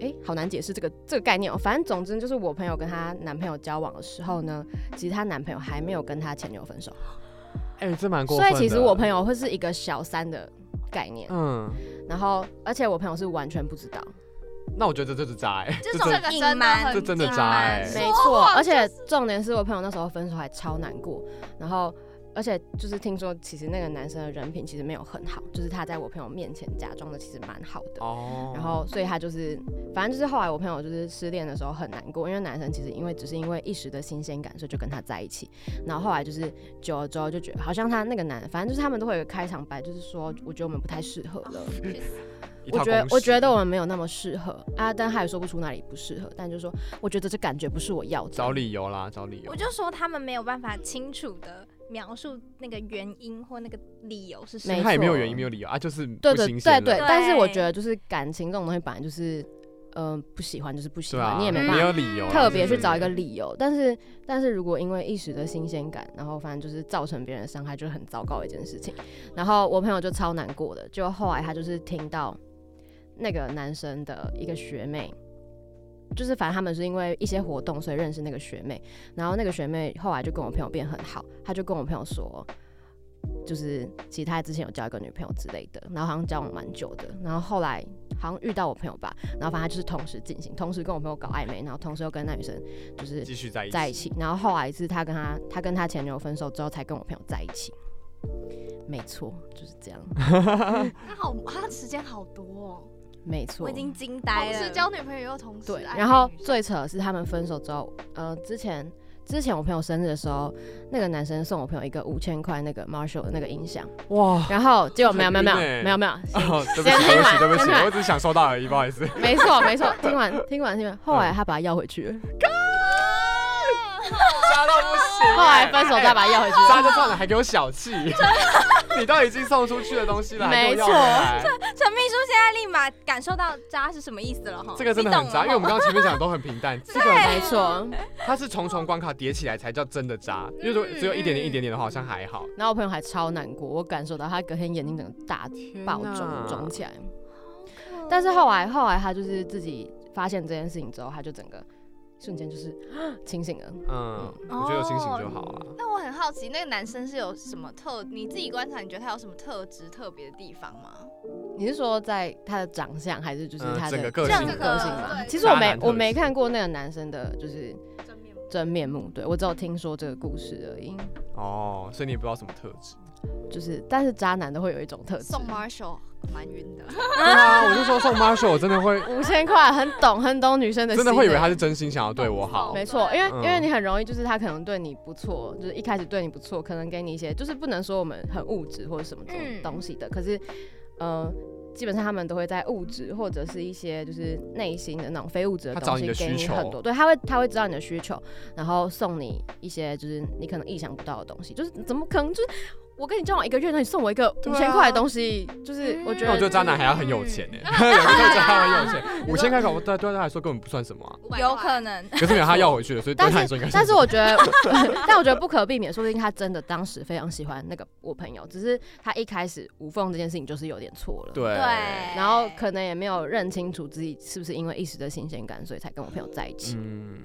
Speaker 4: 诶，好难解释这个这个概念哦。反正总之就是我朋友跟她男朋友交往的时候呢，其实她男朋友还没有跟她前女友分手，
Speaker 3: 哎，这蛮过
Speaker 4: 所
Speaker 3: 分
Speaker 4: 以
Speaker 3: 的。
Speaker 4: 其实我朋友会是一个小三的概念。
Speaker 3: 嗯，
Speaker 4: 然后，而且我朋友是完全不知道，
Speaker 3: 那我觉得这就是渣哎，
Speaker 2: 这
Speaker 3: 真
Speaker 2: 种个
Speaker 1: 隐
Speaker 2: 真的
Speaker 1: 瞒
Speaker 2: 很
Speaker 3: 这真的
Speaker 2: 隐
Speaker 3: 渣
Speaker 2: 瞒
Speaker 3: 哎
Speaker 4: 没错，而且重点是我朋友那时候分手还超难过，然后而且就是听说其实那个男生的人品其实没有很好，就是他在我朋友面前假装的其实蛮好 的。
Speaker 3: 哦。
Speaker 4: 然后，所以他就是，反正就是后来我朋友就是失恋的时候很难过，因为男生其实因为只是因为一时的新鲜感，所以就跟他在一起。然后后来就是久了之后就觉得，好像他那个男，反正就是他们都会有一个开场白，就是说，我觉得我们不太适合了。
Speaker 3: 一套
Speaker 4: 我觉得
Speaker 3: 公式
Speaker 4: 我觉得我们没有那么适合啊，但他也说不出哪里不适合，但就说我觉得这感觉不是我要的。
Speaker 3: 找理由啦，找理由
Speaker 1: 我。就说他们没有办法清楚的描述那个原因或那个理由是什
Speaker 4: 没
Speaker 1: 么。
Speaker 3: 他也没有
Speaker 4: 错
Speaker 3: 原因，没有理由啊，就是
Speaker 4: 对
Speaker 3: 不
Speaker 4: 对
Speaker 3: 新
Speaker 4: 对
Speaker 3: 鲜
Speaker 4: 对
Speaker 3: 了，
Speaker 4: 但是我觉得就是感情这种东西本来就是，嗯、不喜欢就是不喜
Speaker 3: 对
Speaker 4: 欢，
Speaker 3: 啊，
Speaker 4: 你也没办
Speaker 3: 没
Speaker 4: 法
Speaker 3: 有理由啦，
Speaker 4: 特别去找一个
Speaker 3: 就是
Speaker 4: 理由。但是但是如果因为一时的新鲜感，然后反正就是造成别人的伤害，就是很糟糕的一件事情。然后我朋友就超难过的，就后来他就是听到那个男生的一个学妹。就是反正他们是因为一些活动，所以认识那个学妹。然后那个学妹后来就跟我朋友变很好，她就跟我朋友说，就是其实她之前有交一个女朋友之类的，然后好像交往蛮久的。然后后来好像遇到我朋友吧，然后反正她就是同时进行，同时跟我朋友搞暧昧，然后同时又跟那女生就是
Speaker 3: 继续在一起，
Speaker 4: 在一起。然后后来是她跟她她跟她前女友分手之后，才跟我朋友在一起。没错，就是这样。
Speaker 2: 他好，他时间好多哦，
Speaker 4: 没错，
Speaker 1: 我已经惊呆
Speaker 2: 同
Speaker 1: 了。
Speaker 2: 时交女朋友又同时哎
Speaker 4: 对，
Speaker 2: 爱
Speaker 4: 然后
Speaker 2: 女生
Speaker 4: 最扯的是他们分手之后，呃，之前之前我朋友生日的时候，那个男生送我朋友一个五千块那个 Marshall 的那个音响，
Speaker 3: 哇。
Speaker 4: 然后结果没有没有没有
Speaker 3: 很晕欸
Speaker 4: 没有没有，
Speaker 3: 哦，对不起，
Speaker 4: 先听
Speaker 3: 对不起，对不
Speaker 4: 完
Speaker 3: 起
Speaker 4: 先听，完
Speaker 3: 我只是想收到而已，不好意思。
Speaker 4: 没错没错，听完听完听完，后来他把它要回去了，
Speaker 3: 渣到不行。
Speaker 4: 后来分手再把它要回去
Speaker 3: 哎渣
Speaker 4: 了，
Speaker 3: 就算了，还给我小气。 你都已经送出去的东西了，还给我要回来
Speaker 1: 陈秘书现在立马感受到渣是什么意思了哈。
Speaker 3: 这个真的
Speaker 1: 你
Speaker 3: 很
Speaker 1: 懂
Speaker 3: 渣，
Speaker 1: 了
Speaker 3: 因为我们
Speaker 1: 吼
Speaker 3: 刚刚前面讲的都很平淡，这个
Speaker 4: 没错。
Speaker 3: 它是重重关卡叠起来才叫真的
Speaker 4: 嗯
Speaker 3: 渣，因为如果只有一点点一点点的话，好像还好。
Speaker 4: 然后我朋友还超难过，我感受到他隔天眼睛整个大爆肿肿起来。但是后来后来他就是自己发现这件事情之后，他就整个瞬间就是 啊清醒了。
Speaker 3: 嗯，我觉得有清醒就好啊。
Speaker 2: 那我很好奇，那个男生是有什么特？你自己观察，你觉得他有什么特质特别的地方吗？
Speaker 4: 你是说在他的长相，还是就是
Speaker 3: 嗯
Speaker 4: 他的
Speaker 3: 整个个
Speaker 4: 整
Speaker 3: 性
Speaker 4: 个个性
Speaker 2: 整个
Speaker 4: 吗？
Speaker 2: 对
Speaker 4: 其实我
Speaker 3: 渣
Speaker 4: 没
Speaker 3: 男特
Speaker 4: 我没
Speaker 3: 质
Speaker 4: 看过那个男生的，就是
Speaker 2: 真面目。
Speaker 4: 真面目，对我只有听说这个故事而已。
Speaker 3: 哦，所以你也不知道什么特质。
Speaker 4: 哦就是，但是渣男都会有一种特质
Speaker 2: 送，Marshall 蛮晕的，
Speaker 3: 对啊，我就说送 Marshall，我真的会
Speaker 4: 五千块很懂很懂女生的心
Speaker 3: 真的
Speaker 4: 欸，
Speaker 3: 会以为他是真心想要对我好。
Speaker 4: 没错，因为、
Speaker 3: 嗯
Speaker 4: 因为你很容易就是他可能对你不错，就是一开始对你不错，可能给你一些就是不能说我们很物质或者什么这种
Speaker 1: 嗯
Speaker 4: 东西的，可是呃，基本上他们都会在物质或者是一些就是内心的那种非物质的
Speaker 3: 他找
Speaker 4: 东
Speaker 3: 你
Speaker 4: 西
Speaker 3: 的
Speaker 4: 给你
Speaker 3: 需求
Speaker 4: 很多，对，他会他会知道你的需求，然后送你一些就是你可能意想不到的东西，就是怎么可能就是。我跟你交往一个月，那你送我一个
Speaker 3: 对
Speaker 4: 五
Speaker 3: 啊
Speaker 4: 千块的东西，就是我觉
Speaker 3: 那我觉
Speaker 4: 得
Speaker 3: 得渣男还要很有钱呢，
Speaker 4: 嗯
Speaker 3: 有一个渣男很有 钱，五千块搞不对对他来说根本不算什么啊。
Speaker 1: 有可能
Speaker 3: 可是没有他要回去了，所以对
Speaker 4: 但
Speaker 3: 他来说应该
Speaker 4: 是，但是我觉得， 但我觉得不可避免，说不定他真的当时非常喜欢那个我朋友，只是他一开始无缝这件事情就是有点错了。。
Speaker 3: 对
Speaker 1: 对，
Speaker 4: 然后可能也没有认清楚自己是不是因为一时的新鲜感，所以才跟我朋友在一起。
Speaker 3: 嗯，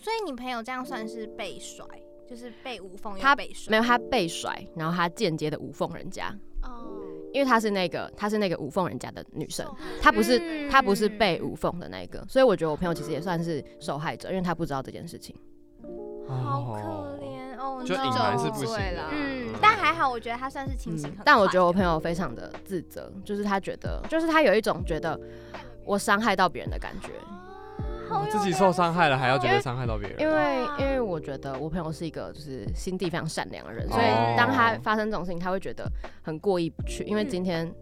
Speaker 1: 所以你朋友这样算是被甩，就是被无缝
Speaker 4: 他
Speaker 1: 又被甩。
Speaker 4: 没有，他被甩，然后他间接的无缝人家，
Speaker 2: 哦，
Speaker 4: 因为他是那个他是那个无缝人家的女生，她不是、
Speaker 1: 嗯
Speaker 4: 她不是被无缝的那一个，所以我觉得我朋友其实也算是受害者，因为他不知道这件事情。
Speaker 1: 好可。怜哦，
Speaker 3: 就隐瞒是不行啊
Speaker 2: 对
Speaker 3: 的
Speaker 2: 啦。
Speaker 1: 嗯，但还好，我觉得他算是清醒很快的、
Speaker 4: 嗯但我觉得我朋友非常的自责，就是他觉得，就是他有一种觉得我伤害到别人的感觉，
Speaker 1: 好有
Speaker 3: 哦嗯
Speaker 1: 哦
Speaker 3: 自己受伤害了，还要觉
Speaker 4: 因
Speaker 3: 得
Speaker 4: 为
Speaker 3: 伤害到别人，
Speaker 4: 因为
Speaker 1: 啊
Speaker 4: 因为我觉得我朋友是一个就是心地非常善良的人，所以
Speaker 3: 哦
Speaker 4: 当他发生这种事情，他会觉得很过意不去，因为
Speaker 1: 嗯
Speaker 4: 今天。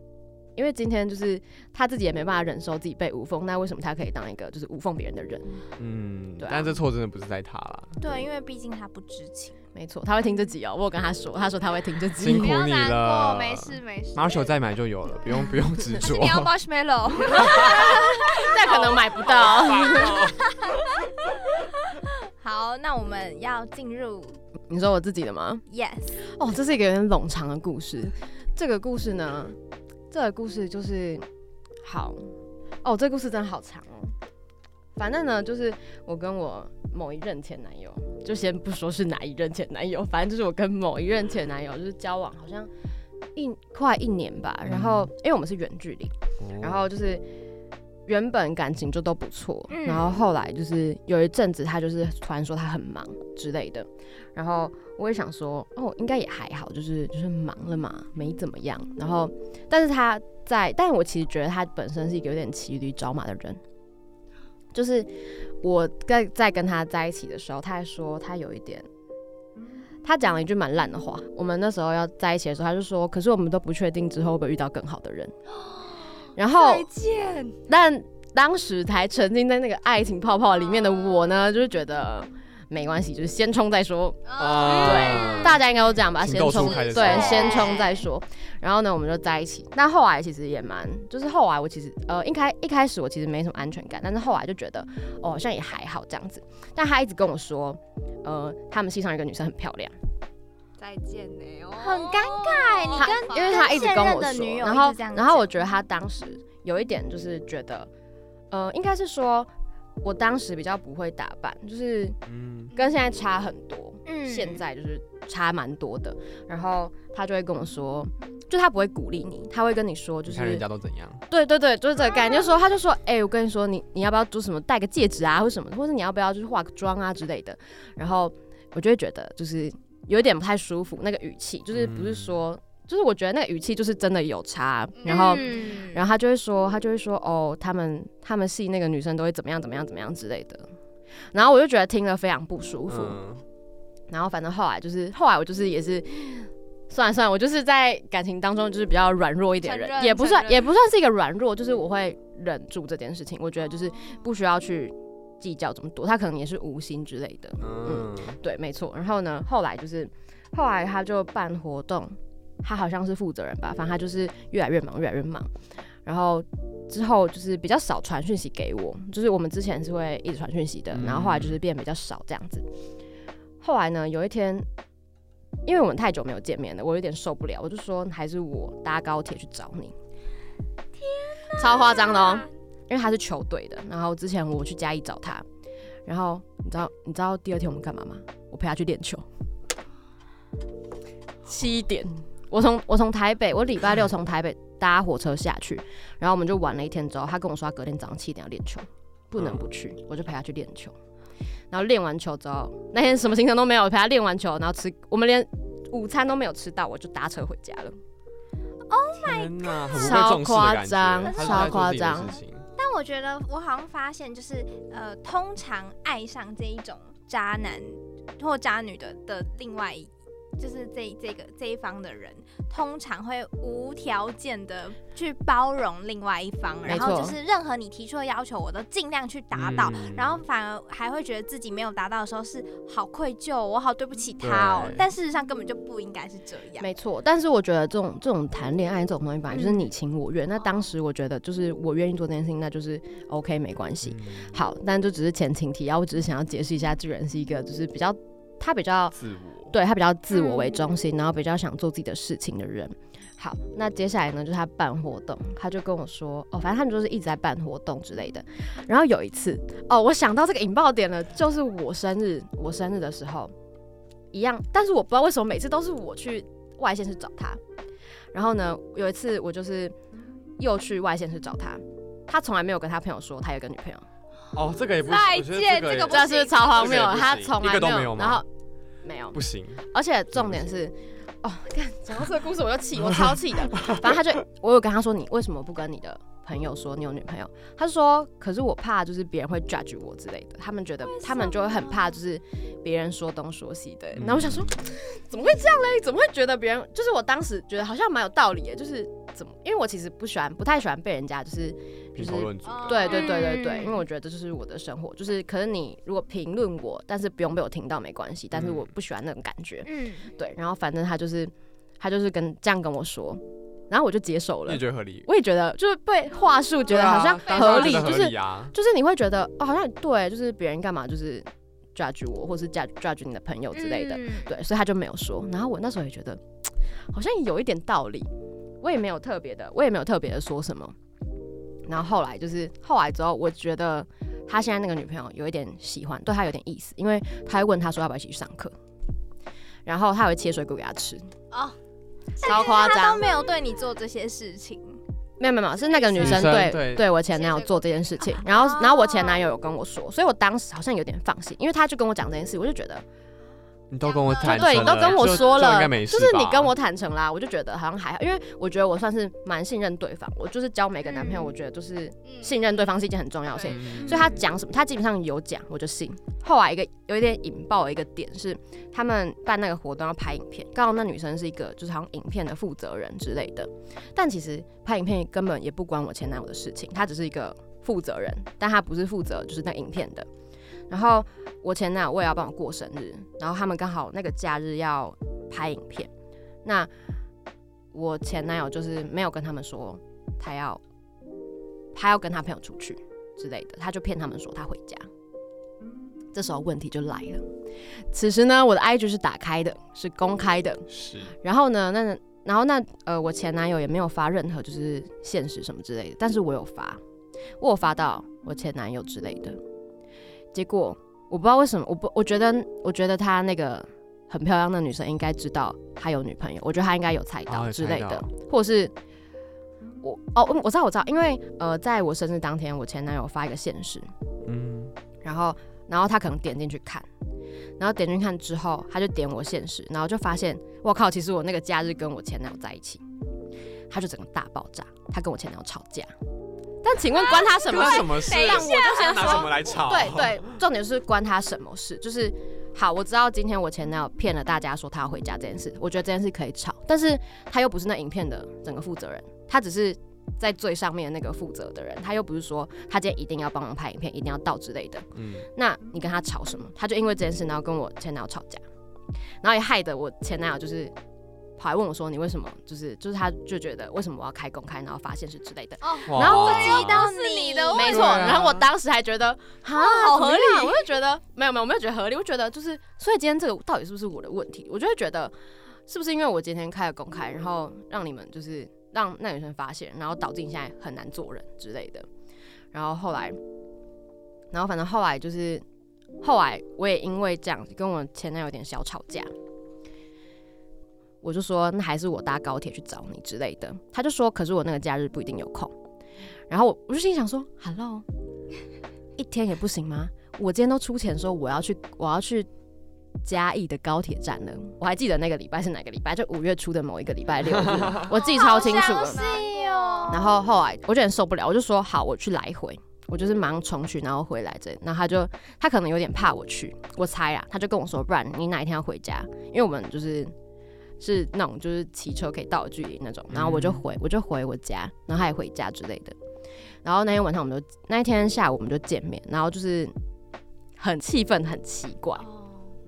Speaker 4: 因为今天就是他自己也没办法忍受自己被无缝，那为什么他可以当一个就是无缝别人的人？
Speaker 3: 嗯，
Speaker 4: 对啊
Speaker 3: 但这错真的不是在他啦，
Speaker 1: 对，因为毕竟他不知情。
Speaker 4: 没错，他会听这集哦，我有跟他说，他说他会听这集
Speaker 3: 辛
Speaker 2: 不
Speaker 3: 苦。
Speaker 2: 要
Speaker 3: 你
Speaker 2: 难过，
Speaker 3: 了
Speaker 2: 没事没事。
Speaker 3: ，Marshall 再买就有了，不用不用执 着
Speaker 2: 你。 要 marshmallow，
Speaker 4: 但可能买不到。
Speaker 1: 好，那我们要进入
Speaker 4: 你说我自己的吗？
Speaker 1: yes，
Speaker 4: 哦，这是一个有点冗长的故事。这个故事呢，这个故事就是好哦，这个故事真的好长哦。反正呢，就是我跟我某一任前男友，就先不说是哪一任前男友，反正就是我跟某一任前男友就是交往好像一快一年吧。然后因为我们是远距离，然
Speaker 3: 嗯
Speaker 4: 后就是原本感情就都不错，
Speaker 1: 嗯
Speaker 4: 然后后来就是有一阵子他就是突然说他很忙之类的，然后我也想说哦应该也还好，就是就是忙了嘛，没怎么样。然后但是他在，但我其实觉得他本身是一个有点骑驴找马的人。就是我在在跟他在一起的时候，他还说他有一点，他讲了一句蛮烂的话。我们那时候要在一起的时候，他就说，可是我们都不确定之后会不会遇到更好的人。 然后
Speaker 2: 再见。
Speaker 4: 但当时还沉浸在那个爱情泡泡里面的我
Speaker 3: 哦
Speaker 4: 呢，就是觉得没关系，就是先冲再说。
Speaker 2: 哦
Speaker 3: 啊，
Speaker 4: 对，大家应该都这样吧，
Speaker 3: 情
Speaker 4: 先
Speaker 3: 窦
Speaker 4: 冲
Speaker 3: 初开的时候哦
Speaker 4: 对，先冲再说。然后呢，我们就在一起。但后来其实也蛮，就是后来我其实呃，一开一开始我其实没什么安全感，但是后来就觉得哦，好像也还好这样子。但他一直跟我说，呃，他们系上有一个女生很漂亮。
Speaker 2: 再见呢，哦
Speaker 1: 很尴尬你跟
Speaker 4: 因为他一直欸跟我
Speaker 1: 跟现任的
Speaker 4: 说
Speaker 1: 女，友
Speaker 4: 然
Speaker 1: 一
Speaker 4: 后
Speaker 1: 直这样
Speaker 4: 然后我
Speaker 1: 讲
Speaker 4: 觉得他当时有一点就是觉得，呃，应该是说我当时比较不会打扮，就是
Speaker 3: 嗯，
Speaker 4: 跟现在差很多，
Speaker 1: 嗯
Speaker 4: 现在就是差蛮多的。然后他就会跟我说，就他不会鼓励你，他会跟你说，就
Speaker 3: 看人
Speaker 4: 是
Speaker 3: 家都怎样，
Speaker 4: 对对对，就是这个概念。就说他就说，哎、我跟你说，你你要不要做什么，戴个戒指啊，或什么，或者你要不要就是化个妆啊之类的。然后我就会觉得就是有点不太舒服，那个语气就是不是说，就是我觉得那个语气就是真的有差。然后
Speaker 1: 嗯
Speaker 4: 然后他就会说，他就会说，哦，他们他们系那个女生都会怎么样怎么样怎么样之类的。然后我就觉得听了非常不舒服。
Speaker 3: 嗯，
Speaker 4: 然后反正后来就是后来我就是也是。算了算了，我就是在感情当中就是比较软弱一点的
Speaker 2: 承
Speaker 4: 人，
Speaker 2: 认
Speaker 4: 也不
Speaker 2: 承
Speaker 4: 算
Speaker 2: 认
Speaker 4: 也不算是一个软弱，就是我会忍住这件事情。我觉得就是不需要去计较这么多，他可能也是无心之类的。
Speaker 3: 嗯
Speaker 4: 对，没错。然后呢，后来就是后来他就办活动，他好像是负责人吧，反正他就是越来越忙，越来越忙。然后之后就是比较少传讯息给我，就是我们之前是会一直传讯息的，然后后来就是变比较少这样子。后来呢，有一天。因为我们太久没有见面了，我有点受不了，我就说还是我搭高铁去找你。超夸张的哦，因为他是球队的，然后之前我去嘉义找他，然后你知道你知道第二天我们干嘛吗？我陪他去练球，七点，我从我从台北，我礼拜六从台北搭火车下去，然后我们就玩了一天之后，他跟我说他隔天早上七点要练球，不能不去，我就陪他去练球。然后练完球之后，那天什么行程都没有，陪他练完球，然后吃，我们连午餐都没有吃到，我就搭车回家了。
Speaker 3: 天哪，很不被
Speaker 4: 超
Speaker 3: 重视的感觉
Speaker 4: 夸张
Speaker 3: 他是在
Speaker 4: 超
Speaker 3: 做自己的
Speaker 4: 夸张
Speaker 3: 事情
Speaker 1: 但我觉得我好像发现，就是呃，通常爱上这一种渣男或渣女的的另外一。就是这这个这一方的人，通常会无条件的去包容另外一方，
Speaker 4: 没
Speaker 1: 然
Speaker 4: 错
Speaker 1: 后就是任何你提出的要求，我都尽量去达到，
Speaker 3: 嗯
Speaker 1: 然后反而还会觉得自己没有达到的时候是好愧疚，我好对不起他哦
Speaker 3: 对。
Speaker 1: 但事实上根本就不应该是这样。
Speaker 4: 没错，但是我觉得这种这种谈恋爱这种东西本来就是你情我愿。那当时我觉得就是我愿意做这件事情，那就是 OK 没关系。
Speaker 3: 嗯
Speaker 4: 好，但这只是前情提要，我只是想要解释一下，这人是一个就是比较他比较
Speaker 3: 自我，
Speaker 4: 对他比较自我为
Speaker 3: 嗯
Speaker 4: 中心，然后比较想做自己的事情的人。好，那接下来呢，就是他办活动，他就跟我说，哦，反正他们就是一直在办活动之类的。然后有一次，哦，我想到这个引爆点了，就是我生日，我生日的时候一样，但是我不知道为什么每次都是我去外县市找他。然后呢，有一次我就是又去外县市找他，他从来没有跟他朋友说他有个女朋友。
Speaker 3: 哦，这个也不，
Speaker 2: 再
Speaker 3: 我觉得这
Speaker 2: 见
Speaker 3: 个
Speaker 2: 这
Speaker 3: 也
Speaker 2: 个
Speaker 3: 不
Speaker 4: 这是不是超荒谬
Speaker 3: 这个也不，行
Speaker 4: 他从
Speaker 3: 一
Speaker 4: 来
Speaker 3: 个都
Speaker 4: 没
Speaker 3: 没有吗
Speaker 4: 然后没有，
Speaker 3: 不行，
Speaker 4: 而且重点是，哦，看讲到这个故事我就气，我超气的。反正他就，我有跟他说，你为什么不跟你的朋友说你有女朋友？他就说，可是我怕就是别人会 judge 我之类的，他们觉得他们就会很怕，就是别人说东说西
Speaker 3: 嗯
Speaker 4: 的。然后我想说，怎么会这样嘞？怎么会觉得别人？就是我当时觉得好像蛮有道理的，就是怎么？因为我其实不喜欢，不太喜欢被人家就是
Speaker 3: 评头论足的。
Speaker 4: 对对对对对，
Speaker 1: 嗯
Speaker 4: 因为我觉得这就是我的生活，就是可是你如果评论我，但是不用被我听到没关系，但是
Speaker 3: 嗯
Speaker 4: 我不喜欢那种感觉。
Speaker 1: 嗯，
Speaker 4: 对，然后反正他就是他就是跟这样跟我说，然后我就接受
Speaker 3: 你
Speaker 4: 了
Speaker 3: 也。觉得合理？
Speaker 4: 我也觉得就是被话术觉得好像
Speaker 3: 对啊
Speaker 4: 合理，
Speaker 3: 当下觉得
Speaker 4: 就
Speaker 3: 合
Speaker 4: 是
Speaker 3: 理啊。
Speaker 4: 就是你会觉得哦，好像对，就是别人干嘛就是 judge 我，或是 judge judge 你的朋友之类的，
Speaker 1: 嗯，
Speaker 4: 对，所以他就没有说。然后我那时候也觉得好像有一点道理，我也没有特别的，我也没有特别的说什么。然后后来就是后来之后，我觉得他现在那个女朋友有一点喜欢，对他有点意思，因为他会问他说要不要一起去上课，然后他还会切水果给他吃，
Speaker 1: 哦，
Speaker 4: 超夸
Speaker 1: 他
Speaker 4: 张
Speaker 1: 都。没有对你做这些事情，
Speaker 4: 没有没有没有，是那个女生
Speaker 3: 女生
Speaker 4: 对
Speaker 3: 对
Speaker 4: 我前男友做这件事情，
Speaker 1: 哦
Speaker 4: 然后然后我前男友有跟我说，所以我当时好像有点放心，因为他就跟我讲这件事，我就觉得
Speaker 3: 你都跟我
Speaker 1: 就
Speaker 3: 坦诚
Speaker 4: 对，
Speaker 3: 了，
Speaker 4: 你都跟我
Speaker 3: 就
Speaker 4: 说
Speaker 3: 就
Speaker 4: 了，
Speaker 3: 应该没事
Speaker 4: 是你
Speaker 3: 吧
Speaker 4: 跟我坦诚啦，我就觉得好像还好，因为我觉得我算是蛮信任对方，我就是交每个男朋友，
Speaker 1: 嗯
Speaker 4: 我觉得就是
Speaker 2: 嗯
Speaker 4: 信任对方是一件很重要的事情。
Speaker 3: 嗯
Speaker 4: 所以他讲什么，他基本上有讲，我就信。后来一个有一点引爆的一个点是，他们办那个活动要拍影片，刚好那女生是一个就是好像影片的负责人之类的，但其实拍影片根本也不关我前男友的事情，他只是一个负责人，但他不是负责就是那影片的。然后我前男友为了要帮我过生日，然后他们刚好那个假日要拍影片，那我前男友就是没有跟他们说他要他要跟他朋友出去之类的，他就骗他们说他回家。这时候问题就来了，此时呢，我的 IG 是打开的，是公开的，
Speaker 3: 是
Speaker 4: 然后呢，那然后那呃，我前男友也没有发任何就是现实什么之类的，但是我有发，我有发到我前男友之类的。结果我不知道为什么，我不我觉得我觉得他那个很漂亮的女生应该知道他有女朋友，我觉得他应该有猜
Speaker 3: 哦
Speaker 4: 到
Speaker 3: 有
Speaker 4: 之
Speaker 3: 猜
Speaker 4: 哎类的，
Speaker 3: 到
Speaker 4: 或者是。我哦，嗯我知道，我知道，因为呃，在我生日当天，我前男友发一个现实，
Speaker 3: 嗯，
Speaker 4: 然后然后他可能点进去看，然后点进去看之后，他就点我现实，然后就发现我靠，其实我那个假日跟我前男友在一起，他就整个大爆炸，他跟我前男友吵架。但请问关他什么
Speaker 3: 跟
Speaker 4: 事？
Speaker 3: 什么事？
Speaker 4: 但我就想
Speaker 3: 拿什么
Speaker 4: 说，
Speaker 3: 来吵？
Speaker 4: 对，对，重点是关他什么事？就是好，我知道今天我前男友骗了大家说他要回家这件事，我觉得这件事可以吵，但是他又不是那影片的整个负责人，他只是在最上面的那个负责的人，他又不是说他今天一定要帮忙拍影片，一定要到之类的。
Speaker 3: 嗯，
Speaker 4: 那你跟他吵什么？他就因为这件事，然后跟我前男友吵架，然后也害得我前男友就是跑来问我说你为什么就是就是他就觉得为什么我要开公开，然后发现是之类的。
Speaker 2: 哦
Speaker 4: 然后
Speaker 3: 哇
Speaker 1: 激到
Speaker 2: 是你的
Speaker 4: 没
Speaker 2: 问
Speaker 4: 错，
Speaker 3: 对啊
Speaker 4: 然后我当时还觉得啊，
Speaker 1: 好合理
Speaker 4: 怎么样我就觉得没有没有，我没有觉得合理，我觉得就是，所以今天这个到底是不是我的问题？我就会觉得是不是因为我今天开了公开，然后让你们就是让那女生发现，然后导致你现在很难做人之类的。然后后来，然后反正后来就是后来我也因为这样跟我前男友有点小吵架。我就说，那还是我搭高铁去找你之类的。他就说，可是我那个假日不一定有空。然后我我就心想说，Hello，一天也不行吗？我今天都出钱说我要去，我要去嘉义的高铁站了。我还记得那个礼拜是哪个礼拜，就五月初的某一个礼拜六日，我记超清楚
Speaker 1: 好
Speaker 4: 了
Speaker 1: 详。细哦。
Speaker 4: 然后后来我就很受不了，我就说好，我去来回，我就是忙重去，然后回来这。然后他就他可能有点怕我去，我猜啊，他就跟我说，不然你哪一天要回家，因为我们就是是那种就是骑车可以到的距离那种。然后我就回，我就回我家，然后他也回家之类的。然后那天晚上我们就那一天下午我们就见面，然后就是很气氛很奇怪。
Speaker 1: 哦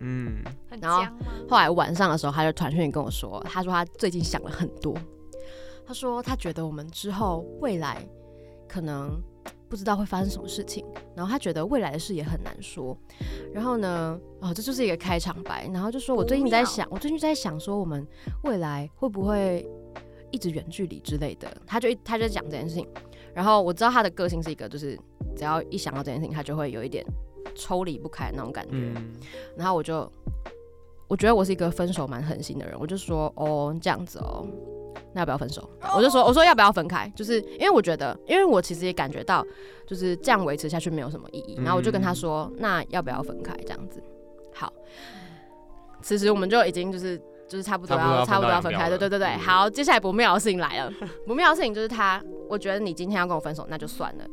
Speaker 3: 嗯，
Speaker 1: 很
Speaker 4: 然后
Speaker 1: 僵吗
Speaker 4: 后来晚上的时候，他就传讯跟我说，他说他最近想了很多，他说他觉得我们之后未来可能不知道会发生什么事情，然后他觉得未来的事也很难说。然后呢，哦，这就是一个开场白，然后就说我最近在想，我最近在想说我们未来会不会一直远距离之类的，他就一他就讲这件事情。然后我知道他的个性是一个，就是只要一想到这件事情，他就会有一点抽离不开那种感觉。
Speaker 3: 嗯，
Speaker 4: 然后我就，我觉得我是一个分手蛮狠心的人，我就说哦这样子哦，那要不要分手？我就说我说要不要分开？就是因为我觉得，因为我其实也感觉到，就是这样维持下去没有什么意义。然后我就跟他说，那要不要分开？这样子，好。此时我们就已经就是就是差不多要
Speaker 3: 差
Speaker 4: 差
Speaker 3: 不多
Speaker 4: 不多
Speaker 3: 要
Speaker 4: 要
Speaker 3: 分道
Speaker 4: 分
Speaker 3: 扬镳
Speaker 4: 开，对
Speaker 3: 了
Speaker 4: 对对对。
Speaker 3: 嗯
Speaker 4: 好，接下来不妙的事情来了， 不妙的事情就是他，我觉得你今天要跟我分手，那就算了，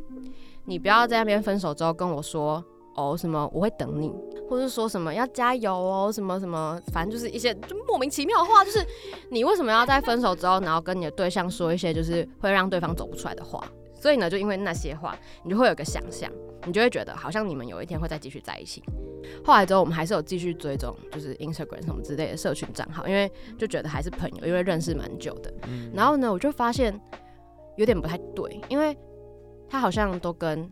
Speaker 4: 你不要在那边分手之后跟我说哦什么我会等你，或是说什么要加油哦什么什么，反正就是一些就莫名其妙的话，就是你为什么要在分手之后，然后跟你的对象说一些就是会让对方走不出来的话？所以呢，就因为那些话，你就会有个想象，你就会觉得好像你们有一天会再继续在一起。后来之后，我们还是有继续追踪，就是 Instagram 什么之类的社群账号，因为就觉得还是朋友，因为认识蛮久的。
Speaker 3: 嗯
Speaker 4: 然后呢，我就发现有点不太对，因为他好像都跟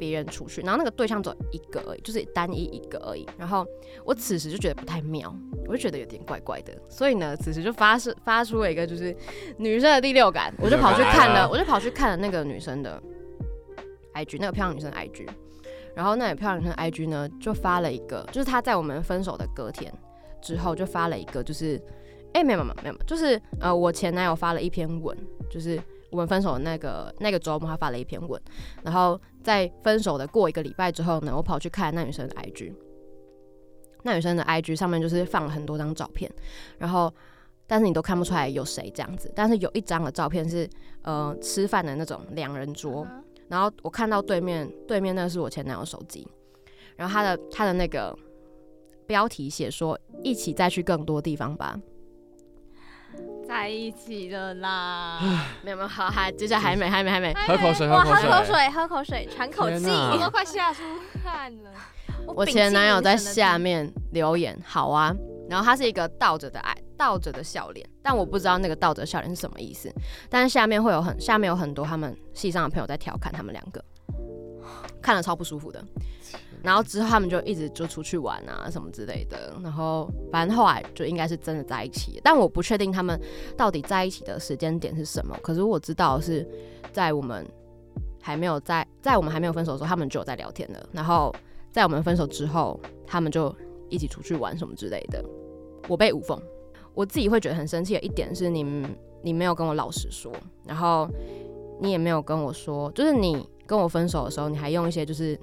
Speaker 4: 别人出去，然后那个对象只有一个而已，就是单一一个而已。然后我此时就觉得不太妙，我就觉得有点怪怪的，所以呢，此时就发是发出了一个就是女生的第六感，我就跑去看
Speaker 3: 来了
Speaker 4: 了，我就跑去看了那个女生的 IG，那个漂亮女生的 IG。然后那个漂亮女生的 IG 呢，就发了一个，就是她在我们分手的隔天之后就发了一个，就是，哎、没有没有没有，就是呃，我前男友发了一篇文，就是我们分手的那个那个周末，他发了一篇文，然后在分手的过一个礼拜之后呢，我跑去看那女生的 IG，那女生的 IG 上面就是放了很多张照片，然后但是你都看不出来有谁这样子，但是有一张的照片是呃吃饭的那种两人桌，然后我看到对面对面那是我前男友手机，然后他的他的那个标题写说一起再去更多地方吧，
Speaker 2: 在一起了啦，
Speaker 4: 没有没有，好，还接下来还没还没还没，
Speaker 3: 喝口水
Speaker 1: 哇，
Speaker 3: 喝口水
Speaker 1: 喝口水，喝口水，喘口
Speaker 3: 天
Speaker 1: 气。
Speaker 3: 哪
Speaker 2: 我都快吓出汗了。
Speaker 4: 我
Speaker 1: 屏
Speaker 4: 前
Speaker 1: 气
Speaker 4: 男友
Speaker 1: 凝
Speaker 4: 在
Speaker 1: 神地
Speaker 4: 下
Speaker 1: 听，
Speaker 4: 面留言，好啊。然后他是一个倒着的爱，倒着的笑脸，但我不知道那个倒着的笑脸是什么意思。但是下面会有很下面有很多他们系上的朋友在调侃他们两个，看了超不舒服的。然后之后他们就一直就出去玩啊什么之类的，然后反正后来就应该是真的在一起，但我不确定他们到底在一起的时间点是什么。可是我知道的是在我们还没有在在我们还没有分手的时候，他们就有在聊天了。然后在我们分手之后，他们就一起出去玩什么之类的。我被无缝，我自己会觉得很生气的一点是你你没有跟我老实说，然后你也没有跟我说，就是你跟我分手的时候，你还用一些就是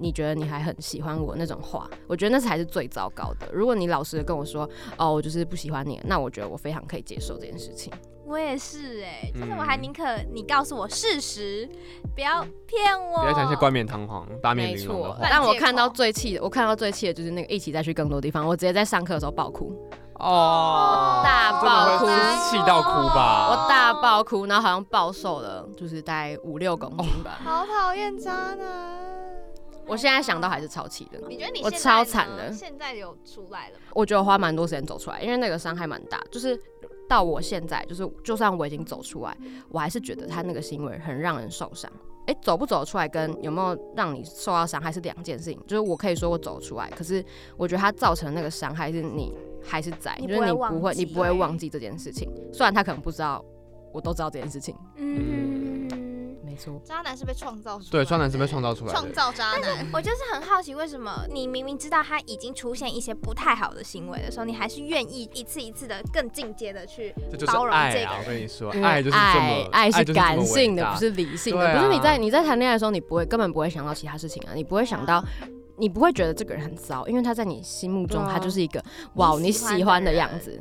Speaker 4: 你觉得你还很喜欢我那种话，我觉得那才是最糟糕的。如果你老实的跟我说，哦，我就是不喜欢你，那我觉得我非常可以接受这件 事情。
Speaker 1: 我也是哎，就是我
Speaker 3: 嗯
Speaker 1: 还宁可你告诉我事实，不要骗我。
Speaker 3: 不要讲一些冠冕堂皇、八面
Speaker 4: 没
Speaker 3: 玲珑的
Speaker 4: 错，
Speaker 3: 话
Speaker 4: 但我看到最气的，我看到最气的就是那个一起再去更多地方，我直接在上课的时候爆哭，
Speaker 3: 哦
Speaker 4: 大
Speaker 3: 真
Speaker 4: 爆
Speaker 3: 的
Speaker 4: 哭
Speaker 3: 会气到哭吧？
Speaker 1: 哦
Speaker 4: 我大爆哦哭，然后好像暴瘦了，就是大概五六公斤吧。
Speaker 2: 好讨厌渣男。
Speaker 1: 哦
Speaker 4: 我现在想到还是超气的。
Speaker 2: 你觉得你
Speaker 4: 我
Speaker 2: 现在
Speaker 4: 超
Speaker 2: 呢
Speaker 4: 惨的
Speaker 2: 现在有出来了吗？
Speaker 4: 我觉得我花蛮多时间走出来，因为那个伤害蛮大。就是到我现在，就是就算我已经走出来，我还是觉得他那个行为很让人受伤。诶，走不走得出来跟有没有让你受到伤害是两件事情。就是我可以说我走出来，可是我觉得他造成那个伤害是你还是在，
Speaker 1: 你
Speaker 4: 就是
Speaker 1: 不会
Speaker 4: 你
Speaker 1: 忘
Speaker 4: 不会，你
Speaker 1: 记啊
Speaker 4: 不会忘记这件事情。虽然他可能不知道，我都知道这件事情。
Speaker 1: 嗯，
Speaker 4: 没错，
Speaker 2: 渣男是被创造出来的，
Speaker 3: 对，双男是被创造出来
Speaker 2: 创
Speaker 3: 的。
Speaker 2: 造渣男，
Speaker 1: 我就是很好奇，为什么你明明知道他已经出现一些不太好的行为的时候，你还是愿意一次一次的更进阶的去？
Speaker 3: 这就是
Speaker 1: 包容
Speaker 3: 爱
Speaker 1: 这个
Speaker 3: 啊！我跟你说，
Speaker 4: 因为
Speaker 3: 爱就是这么，
Speaker 4: 嗯爱
Speaker 3: 就是这么
Speaker 4: 感性
Speaker 3: 伟
Speaker 4: 的，
Speaker 3: 大
Speaker 4: 不是理性
Speaker 3: 对
Speaker 4: 的。
Speaker 3: 啊
Speaker 4: 不是你在你在谈恋爱的时候，你不会根本不会想到其他事情啊，你不会想到，你不会觉得这个人很糟，因为他在你心目中
Speaker 1: 对啊
Speaker 4: 他就是一个哇
Speaker 1: 你
Speaker 4: 你
Speaker 1: 喜欢的
Speaker 4: 喜欢的
Speaker 1: 人
Speaker 4: 样子。